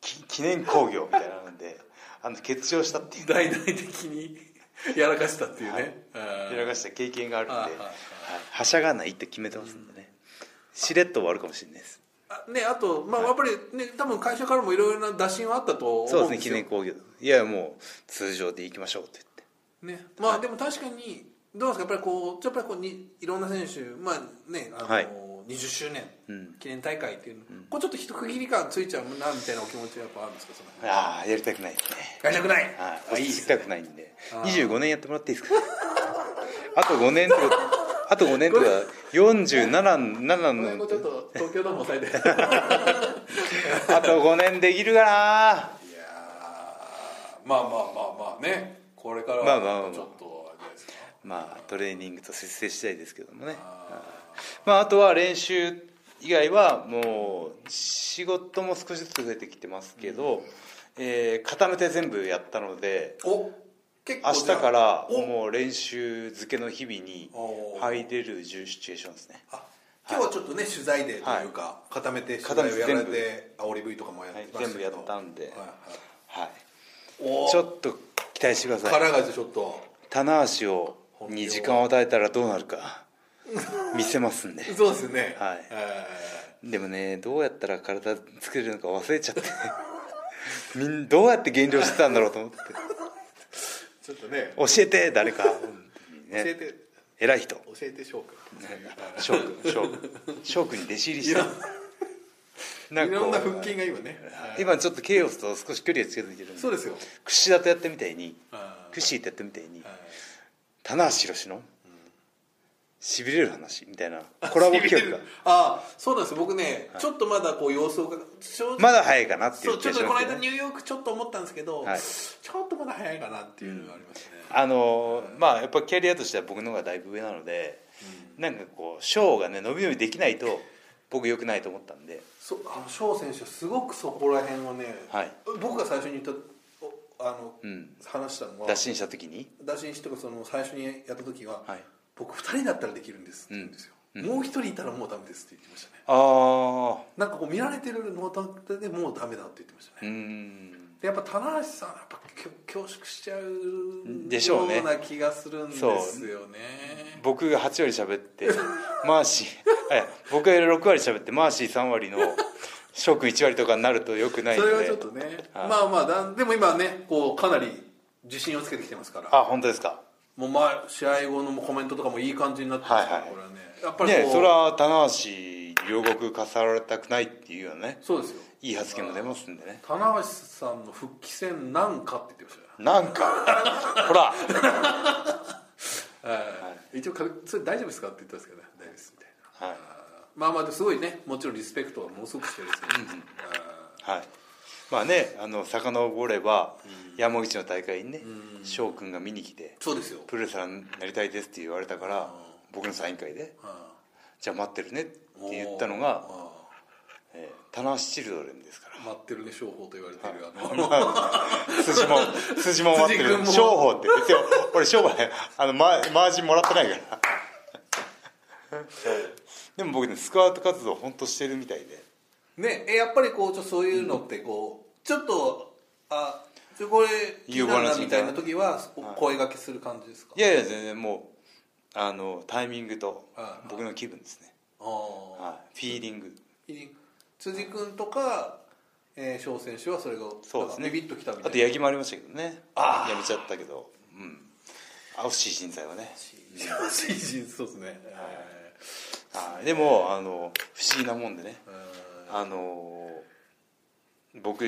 記記念興行」みたいなのであの欠場したっていう
大々的にやらかしたっていうね、
やらかした経験があるんで、
あ
は
はい
い
はい、
はしゃがないって決めてますんでねしれっと終わるかもしれないです
あねあとまあやっぱりね多分会社からもいろいろな打診はあったと
そう
思
で
うん
す
で
ね
す
記
よ
念興行いやもう通常で行きましょうって言って
ねまあ、でも確かにどうですかやっぱりこうやっぱりこうにいろんな選手まあねあの、
はい
20周年
うん
記念大会っていうの、こうちょっと一区切り感ついちゃうなみたいなお気持ちはやっぱあるんですか
(laughs)
その辺
ああやりたくないですね
やりたくない
はい、いたくないんで
あー
25年やってもらっていいですか (laughs) あと5年とかあと5年とか47七
この辺も
の
ちょっと東京ドーム抑
(laughs)
えていや
あと5年できるかな
ーまあまあまあまあねこれからは
まあまあまあ
ちょっとあれじゃないですか、
まあトレーニングと節制したいですけどもねまああとは練習以外はもう仕事も少しずつ増えてきてますけど、えー固めて全部やったので
お結
明日
じゃあ
から
お
もう練習漬けの日々に
おー
入れるシチュエーションですね
あ今日はちょっとね、取材でというか、固めて取材をやられて煽り V とかもやってましたけど、
はい全部やったんで
はいはい
はい
お
ち
ち
ょ
ょっ
っと期待してくだ
と
さい
殻がちょっと
棚橋をに時間を与えたらどうなるか見せますんで
そうですね
はい
え
でもねどうやったら体作れるのか忘れちゃってみんどうやって減量してたんだろうと思って
ーちょっとね
教えて誰か、
教え
ね、
て
偉い人
教えて翔くん
翔くん翔くん翔くんに弟子入りしたないこ
ろ
うん
な腹筋が今ねはい
今ちょっとケイオスと少し距離が近づいてるんで
そうですよ
クシダとやったみたいに
あー
クッシーとやったみたいに
はい
棚橋宏のしびれる話みたいなコラボ企画が
あーそうなんです僕ね、ちょっとまだこう様子を伺正直
まだ早いかなってい
そうう
気
ちょ
が
っ
し
とこ
ま
の
す
間
よ
ニ
ね
ューヨークちょっと思ったんですけど、
はい
ちょっとまだ早いかなっていうのがありますね、
あのまあやっぱキャリアとしては僕の方がだいぶ上なので、なんかこうショーがね伸び伸びできないと僕良くないと思ったんで
そうあの翔選手すごくそこら辺をね、
はい
僕が最初に言ったおあの、
うん
話したのは
打診した時に
打診してとかその最初にやった時は、
はい
僕2人だったらできるんですって言うんですよ、もう1人いたらもうダメですって言ってましたね
ああ
なんかこう見られてるのだけでもうダメだって言ってました
う
ね、
ん
でやっぱ棚橋さんやっぱきょ恐縮しちゃう
でしょうね
ような気がするんですよね
僕が8割喋
(laughs)
ってマーシーあいや僕が6割喋ってマーシー3割の翔くん1割とかになるとよくない
そ
ので
れはちょっとね、
はい
まあまあだんでも今ねこうかなり自信をつけてきてますから
あ本当ですか
もう前試合後のコメントとかもいい感じになってますから、
はいはい
これはねやっぱりこう
ねそれは棚橋両国重なられたくないっていうよね
そうですよ
いい発言も出ますんでね
棚橋さんの復帰戦なんかって言ってましたよ
なん
(laughs)
かほら
はい、一応軽くそれ大丈夫ですかって言ったんですけどね大丈夫ですみたいな
はい、
まあまあでもすごいねもちろんリスペクトはものすごくしてるんですけど、あ
はい、まあねあの遡れば山口の大会にね翔くんが見に来て
ーそうですよ
「プロレスラーになりたいです」って言われたから僕のサイン会で
あ
「じゃあ待ってるね」って
ー
言ったのが
あ
えー棚橋チルドレンですから
ー待ってるね商法と言われてるあの
辻も辻も待って
辻
る
君も
商法って別に俺商売あのママージンもらってないからでも僕ねスクワット活動本当してるみたいで
(laughs) ねえやっぱりこうちょっとそういうのってこう、ちょっとあちょこれ気になるなみたいな時はお声掛けする感じですか、
いやいや全然もうあのタイミングと
はい
僕の気分ですね、
ああ
はい、フィーリング
辻君とかえー翔、選手はそれが
そうですね
なんかビビッときたみた
あと
いな
八木もありましたけどね
あ
やめちゃったけどうんあ惜しい人材はね
新人そうですね、
はいでもあの不思議なもんでね
うん
あの僕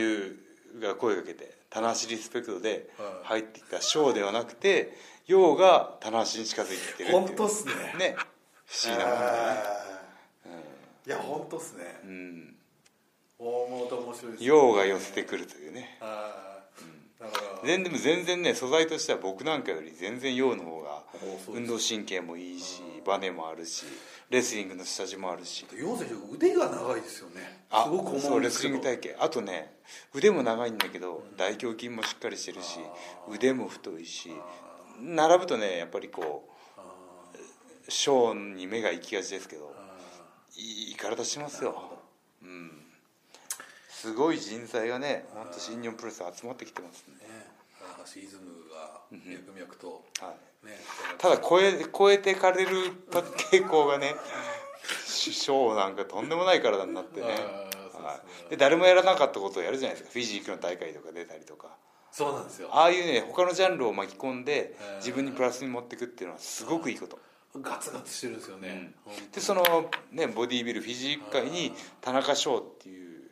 が声かけて棚橋リスペクトで
は
入ってきた翔ではなくて陽が棚橋に近づいてきてるっていう
本当っすね
ね不思議なもんだね
えーいや本当っすね
うん
大物と面白いですね
陽が寄せてくるというね
あーだから
全でも全然ね素材としては僕なんかより全然陽の方が
おそうです
運動神経もいいしバネもあるしレスリングの下地もあるし
楊選手腕が長いですよね
あ
すごく思
そううんレ
で
ス
す
リ
け
ン
ど
グ体型あとね腕も長いんだけど、大胸筋もしっかりしてるし腕も太いし並ぶとねやっぱりこうショーンに目が行きがちですけどいい体してますよ、うん、すごい人材がね本当新日本プロレス集まってきてますね、
ねなんかシーズムが脈々と
はい、
ね
ただ超え超えてかれる傾向がね (laughs) ショーなんかとんでもない体になってね
あーそうですね
はいで誰もやらなかったことをやるじゃないですかフィジークの大会とか出たりとか
そうなんですよ
ああいうね他のジャンルを巻き込んで
うん
自分にプラスに持っていくっていうのはすごくいいこと
ガツガツしてるんですよね本
でその、ね、ボディービルフィジーク界に田中翔っていう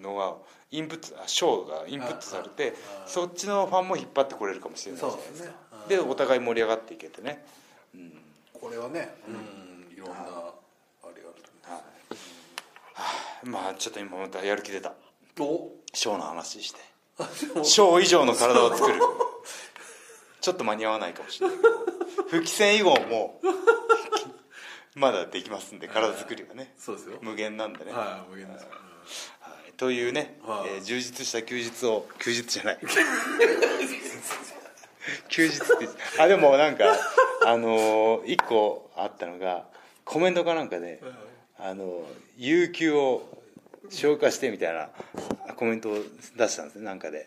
のがインプットあ翔がインプットされてそっちのファンも引っ張ってこれるかもしれないじゃないですか
そう
でお互い盛り上がっていけてね
当これはねうんいろんなあれがあると思いま
まあちょっと今またやる気出た
すお
ショーの話して
あでも
ショー以上の体を作るちょっと間に合わないかもしれ
(laughs)
ないけど復帰戦以後もまだできますんで体作りはね
そうですよ
無限なんでね、は
はい無限です
いというね、
はい
えー充実した休日を休日じゃない
(laughs)
休日ってあでもなんかあのー、一個あったのがコメントかなんかで、あの有給を消化してみたいなコメントを出したんですねなんかで、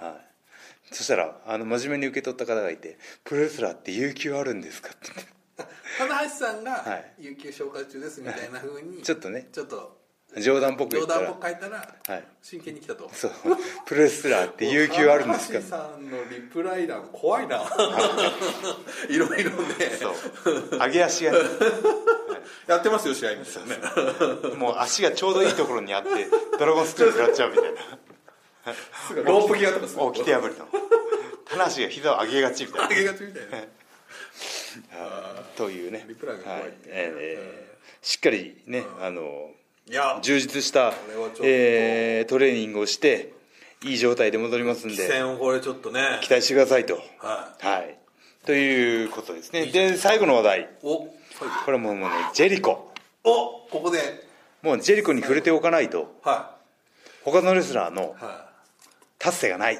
はい、そしたらあの真面目に受け取った方がいて「プロレスラーって有給あるんですか?」って言って
棚橋さん
は
が
い
有給消化中ですみたいなふうに
ちょっとね
ちょっと
冗談っぽく言
冗
った
談
ら
を変えたら
はい
真剣に来た
「
と
そうプロレスラーって有給あるんです
高橋
か?
さんのリプライ欄怖いな (laughs) いろいろね」
そう上げ足がね
やってますよ試合みたい
もう足がちょうどいいところにあってドラゴンスクール食らっちゃうみたいな
なロープ際とかす
起きて破るの棚橋が膝を上げがちみたいな
上げがちみたいな
というね
リプライが怖い
はいええしっかりね、あの
いや
充実した
れはちょっと、
えートレーニングをしていい状態で戻りますん
視
で
線をこれちょっとね
期待してくださいと
は
はいということですねで最後の話題
いお
これはもうねジェリコ
おここで
もうジェリコに触れておかないと
は
他のレスラーの
いは
立つ瀬がない
い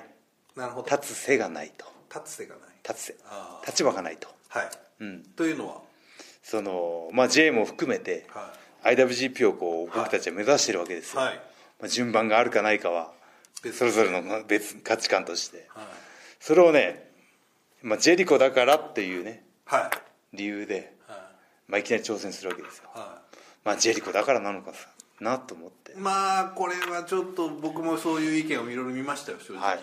なるほど立
立つ瀬がないと
つ瀬がない
立つ瀬
あー
立場がないと
はい
うん
というのは
そのまあ J も含めて
は
IWGP をこう僕たちは目指してるわけですよ、
はい
まあ、順番があるかないかはそれぞれの別価値観として
はい
それをね、まあ、ジェリコだからっていうね
はい
理由で、
は
まあ、いきなり挑戦するわけですよ
い、は
まあ、ジェリコだからなのかさなと思って
い、まあこれはちょっと僕もそういう意見をいろいろ見ましたよ正直
はい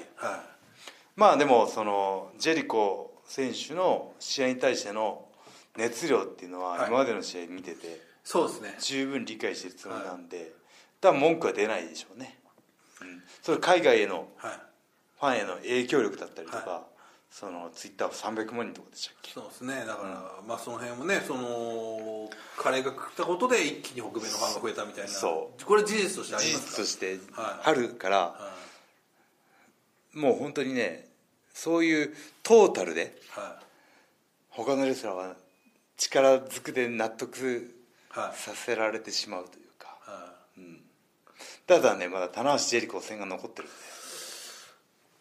まあでもそのジェリコ選手の試合に対しての熱量っていうのは
はい
今までの試合見てて
そうですね
十分理解してるつもりなんで、多分文句は出ないでしょうね、うん、それ海外への
はい
ファンへの影響力だったりとか、
は
そのツイッター300万人とかでしたっけ
そうですねだから、まあその辺もねその彼が食ったことで一気に北米のファンが増えたみたいな
そ
これ事実としてあり
事
ます
実
か
として
はい
春から
は
もう本当にねそういうトータルで
いは
他のレスラーは力ずくで納得
いはい
させられてしまうというか
は
ただねまだ棚橋ジェリコ戦が残ってるんで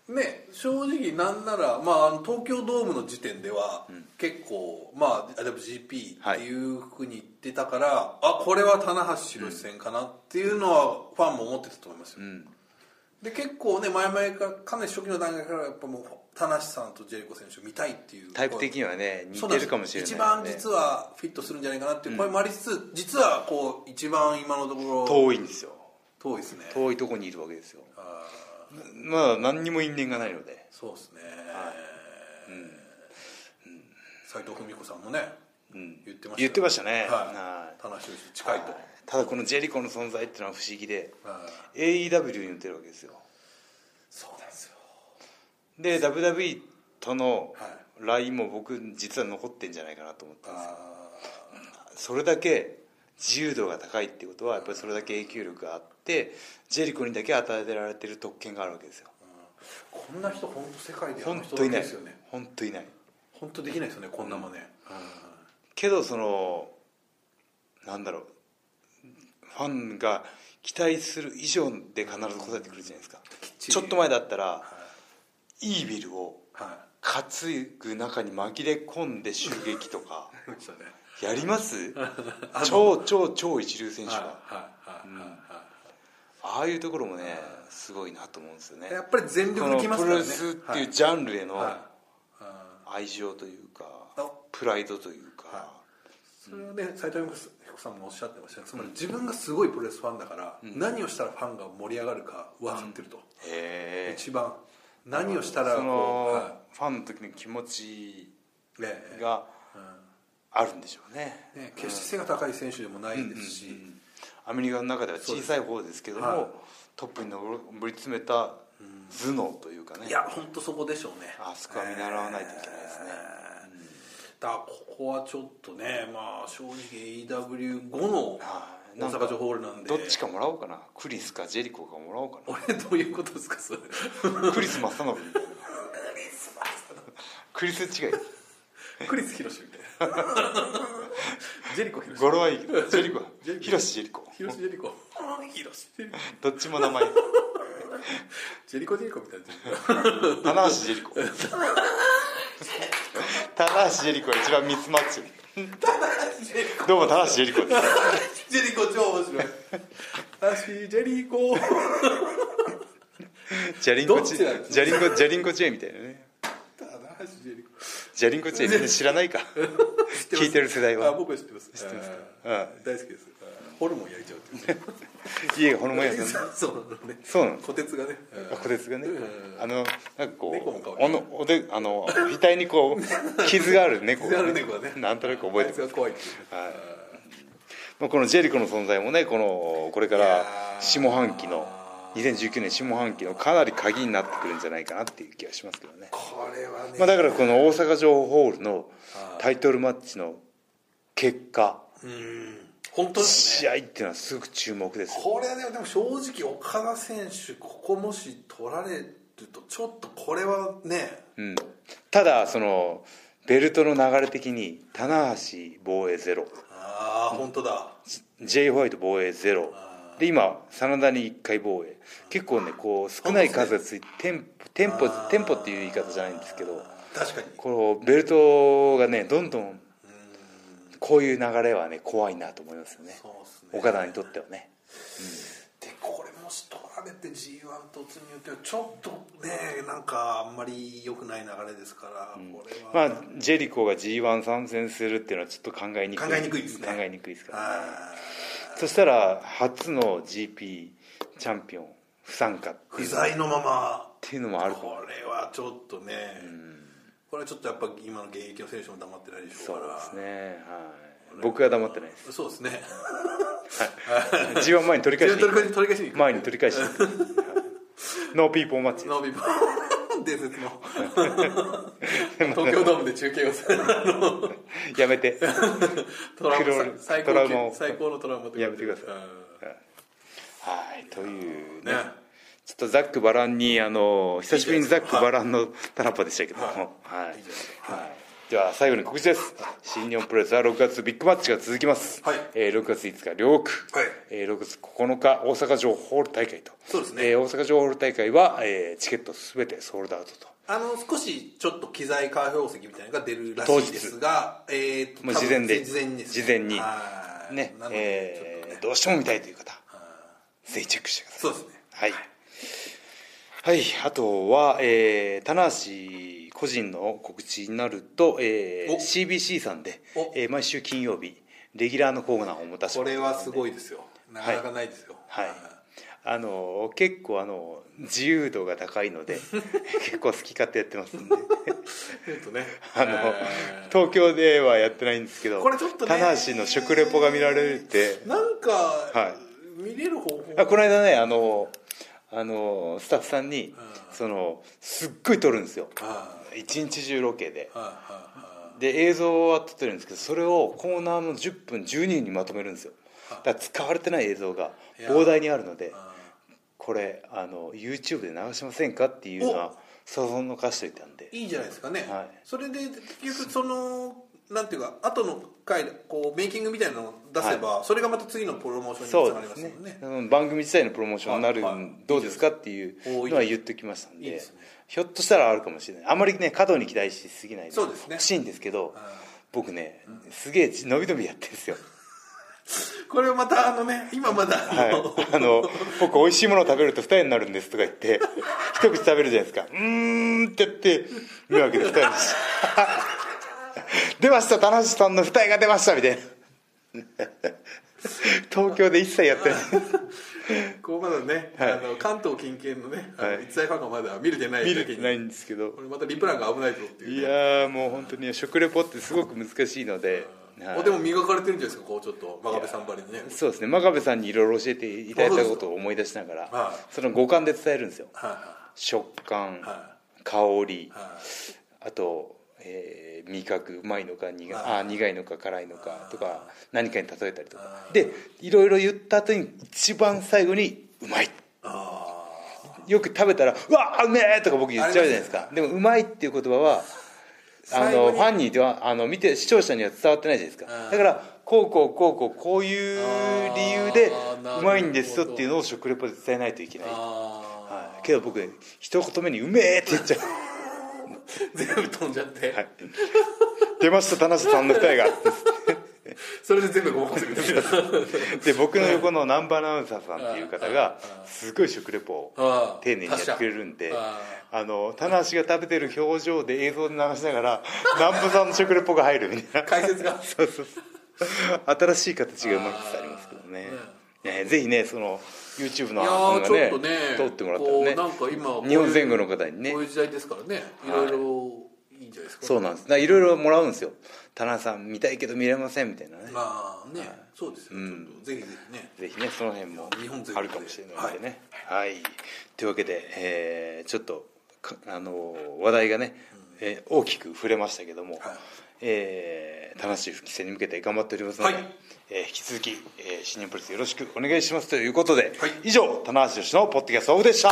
いね正直なんなら、まああの、東京ドームの時点では、結構、まあ、WGP っていうふうに言ってたから、あこれは棚橋宏戦かなっていうのはファンも思ってたと思いますよ、で結構ね前々からかなり初期の段階からやっぱもう棚橋さんとジェリコ選手を見たいっていう
タイプ的にはね似てるかもしれない、ね、
一番実はフィットするんじゃないかなっていう声もありつつ、実はこう一番今のところ
遠いんですよ
遠いですね
遠いとこにいるわけですよ
あ
まだ何にも因縁がないので
ーそうですね斎、藤文子さんもね、言ってましたよ
言ってましたねは
はいい田中宏近いと、
ただこのジェリコの存在っていうのは不思議で
あー
AEW に打てるわけですよ
そうなんですよ
で WWE との
は
LINE も僕実は残ってんじゃないかなと思ってます
あ
それだけ自由度が高いってことはやっぱりそれだけ影響力があってジェリコにだけ与えられてる特権があるわけですよ
ーこんな人本当世界であ
本
の人
当いな
だけ
い
ですよね
本当いない
本当できないですよねこんなもんね、
けどそのなんだろうファンが期待する以上で必ず答えてくるじゃないですか
ちり
ちょっと前だったらいいビルを
は
担ぐ中に紛れ込んで襲撃とか
いありましたね
やります
(laughs)
超超超一流選手
はい
が
はいはいはいはい
ああいうところもねすごいなと思うんですよね
やっぱり全
こ
力
の
で
プ
きますか
ロ
ら
レ
ね
スっていうジャンルへの
はいはい
愛情というか
あ
プライドというか、
はそれはね斎藤彦さんもおっしゃってましたねつまり自分がすごいプロレスファンだから、何をしたらファンが盛り上がるか分かってると、
へえ
一番何をしたら
その、
こうは
ファンの時の気持ち
いねえ
があるんでしょうね
ね決して背が高い選手でもないですし、
アメリカの中では小さい方ですけども、
はい
トップに上り詰めた頭脳というかね、
いや本当そこでしょうね
あそこは見習わないといけないですね
えーだからここはちょっとねまあ正直 AW5 の
はい
大阪城ホールなんで
どっちかもらおうかなクリスかジェリコかもらおうか
俺どういうことですかそれ
なクリス正信みたいなクリス違い
クリス・ヒロシみた
(laughs)
いなジェリコ・ヒロシ
語呂はいいけどジェリコ
ジェリコ
ヒロシジェリコ
ヒロシ・ジェリコヒロシ・ジェリコ
どっちも名前
ジェリコ・ジェリコみたいな
棚橋ジェリコ棚橋ジェリコが一番ミスマッチどうも棚橋ジェリコです
ジェリコ超面白い足ジェリコ
ジャリンコチジ
どっちなんですか
ャリンコジャリンコチェーンみたいなね
足ジェリコ
ジャリンコチェーンみんな知らないか聞いてる世代
あ
は
僕は知ってます知ってます大好きですホルモン焼いちゃうっていう
家がほのもやさん
(laughs) そうなのね
そうなの
虎鉄がね
あこてつがね
うん
あのなんか
猫も
こ
可
う
愛い
おのおであの額にこ
(laughs)
う傷がある猫
傷がある猫がね
なんとなく覚え
あい
て
つ
る
が怖いっていう
まあこのジェリコの存在もねこのこれか
いや
ら
ー
下半期の2019年下半期のかなり鍵になってくるんじゃないかなっていう気がしますけどね
これはね
まあ、だからこの大阪城ホールのタイトルマッチの結果、
うん本当です
試
ね
合っていうのはすごく注目ですよ
これはねでも正直岡田選手ここもし取られるとちょっとこれはね
うん、ただそのベルトの流れ的に棚橋防衛ゼロ
ああ本当だ
J ホワイト防衛ゼロで今真田に1回防衛結構ねこう少ない数がついてテンポテンポテンポっていう言い方じゃないんですけど
確かに
このベルトがねどんどんこういう流れはね怖いなと思いますよね
そうですね
岡田にとってはね
でここれもし取られて g 1突入ってちょっとねなんかあんまり良くない流れですから、これは、
まあ、ジェリコが g 1参戦するっていうのはちょっと考えにくい
考えにくいですね
考えにくいですから、ね、
あ
そしたら初の GP チャンピオン不参加っ
不在のまま
ていうのもあるかも
これはちょっとね、これはちょっとやっぱ今の現役の選手も黙ってないでしょ
そうう
から
ですねはい僕が黙ってないです
そうですね
G1 前に取り返し
自
に
分取り取り返しに行く
前に取り返しに行くはいノーピーポーマッチ
ノービブ (laughs) 伝
(laughs)
説の東京ドームで中継をするあの
やめて
トラウマ
黒
最
トラ
高
ウマを
級最高のトラウマと
やめてください
うん
はいというね
ね
ちょっとザック・バランにあの久しぶりにザック・バランのタラッパでしたけども
はい
はい、はい
いいじ
で
ゃ
は最後に告知です新日本プロレスは6月ビッグマッチが続きます、
はい
えー6月5日両国、
はい
えー6月9日大阪城ホール大会と
そうですね
えー大阪城ホール大会は、えーチケットすべてソールドアウトと
あの少しちょっと機材開票席みたいなのが出るらしいですが、えーと
もう事前で
多分事前にです
事前に
はい
ね
なのでち
え
ょっと
ー
ね
どうしても見たいという方ぜひチェックしてください
そうですね
はい、はい、あとは、えー、棚橋個人の告知になると、えー
お
CBC さんで
お、
えー毎週金曜日レギュラーのコーナーを持たせて
これはす
い、
ごいですよなかなかないですよ
はい、あの結構あの自由度が高いの
(laughs)
で結構好き勝手やってますんで
えっとね
あの、
え
東京ではやってないんですけど
ーこれちょっとね
棚橋の食レポが見られるって
なんか、
は
見れる方法
あこの間ねあのあのスタッフさんに、
うん
そのすっごい撮るんですよ
あ
一日中ロケで
あああ
で映像は撮ってるんですけどそれをコーナーの10分12人にまとめるんですよだから使われてない映像が
いや
膨大にあるので
ああ
これあの YouTube で流しませんかっていうのはそそのかしといたんで
いいじゃないですかね、
はい
それで結局そのなんていうか後の回でこうメイキングみたいなのを出せば、それがまた次のプロモーションにつ
そ
なが
うで
ります
す
も
ね
んね
あの番組自体のプロモーションになるん、
はいはい
どうですかっていうのは言ってきましたんで
いいですね
ひょっとしたらあるかもしれないあまりね過度に期待しすぎないで
そうですね
欲しいんですけど
あ
僕ねすげえ伸び伸びやってるんですよ
これまたあのね今まだ、あの
はい、あの僕美味しいものを食べると二重になるんですとか言って一口食べるじゃないですかうーんってやって見分けて二重に (laughs) し出ました田中さんの二重が出ましたみたいな東京で一切やってない
こうまだね、
はい
あの関東近県のね、あの
はい
一切ファンがまだ見れてない
見
だ
れ
け
て
に
ないんですけど
これまたリプランが危ないぞっていう
い
ね、
やーもう本当に食レポってすごく難しいので、はい
おでも磨かれてるんじゃないですかこうちょっと真壁さんばりにね
そうですね真壁さんにいろいろ教えていただいたことを思い出しながら
は
その五感で伝えるんですよ
はい
食感
は
香り
はいはい
あと、えー味覚うまいのか苦いあー苦いのか辛いのかとか何かに例えたりとかでいろいろ言った後に一番最後に「うまい
あ」
よく食べたら「うわーうめえ!」とか僕言っちゃうじゃないですかでも「うまい」っていう言葉はあ
最後
の
に
ファンにではあの見て視聴者には伝わってないじゃないです
う
か
ん
だからこうこうこうこうこういう理由で
あーなるほど
うまいんですよっていうのを食レポで伝えないといけない、
あ
は
ああ
い、けど僕一言目に「うめえ!」って言っちゃう
全部飛んじゃって、
はい出ました田無さんの二重が
それで全部ごまかしてくれ
(laughs)
る
で僕の横の南波アナウンサーさんっていう方がすごい食レポ
あ
を
あ
丁寧にやってくれるんで
達者あ
あの棚橋が食べてる表情で映像で流しながら南波さんの食レポが入るみたいな
解説が
そうそうそう新しい形がうまく伝わりますけどねねぜひねその YouTube の
いや
ア
ー
カ
ちょっ
ウン
と
トが
ね
ね通ってもらった
こう
ら
なん
ね
か今こういう
日本全国の方にね
こういう時代ですからねいろいろいいんじゃないですか
そうなんですだからいろいろもらうんですよ棚橋さん見たいけど見れませんみたいなね
まあね、そうですよ、ちょっとぜひぜひね
ぜひねその辺も
日本全国
あるかもしれないんでねはい、というわけで、えーちょっとかあのー話題がね、えー大きく触れましたけども、えー楽しい復帰戦に向けて頑張っておりますので、
はい
えー引き続き、えー新日本プロレスよろしくお願いしますということで、
はい
以上棚橋由伸のポッドキャストオフでした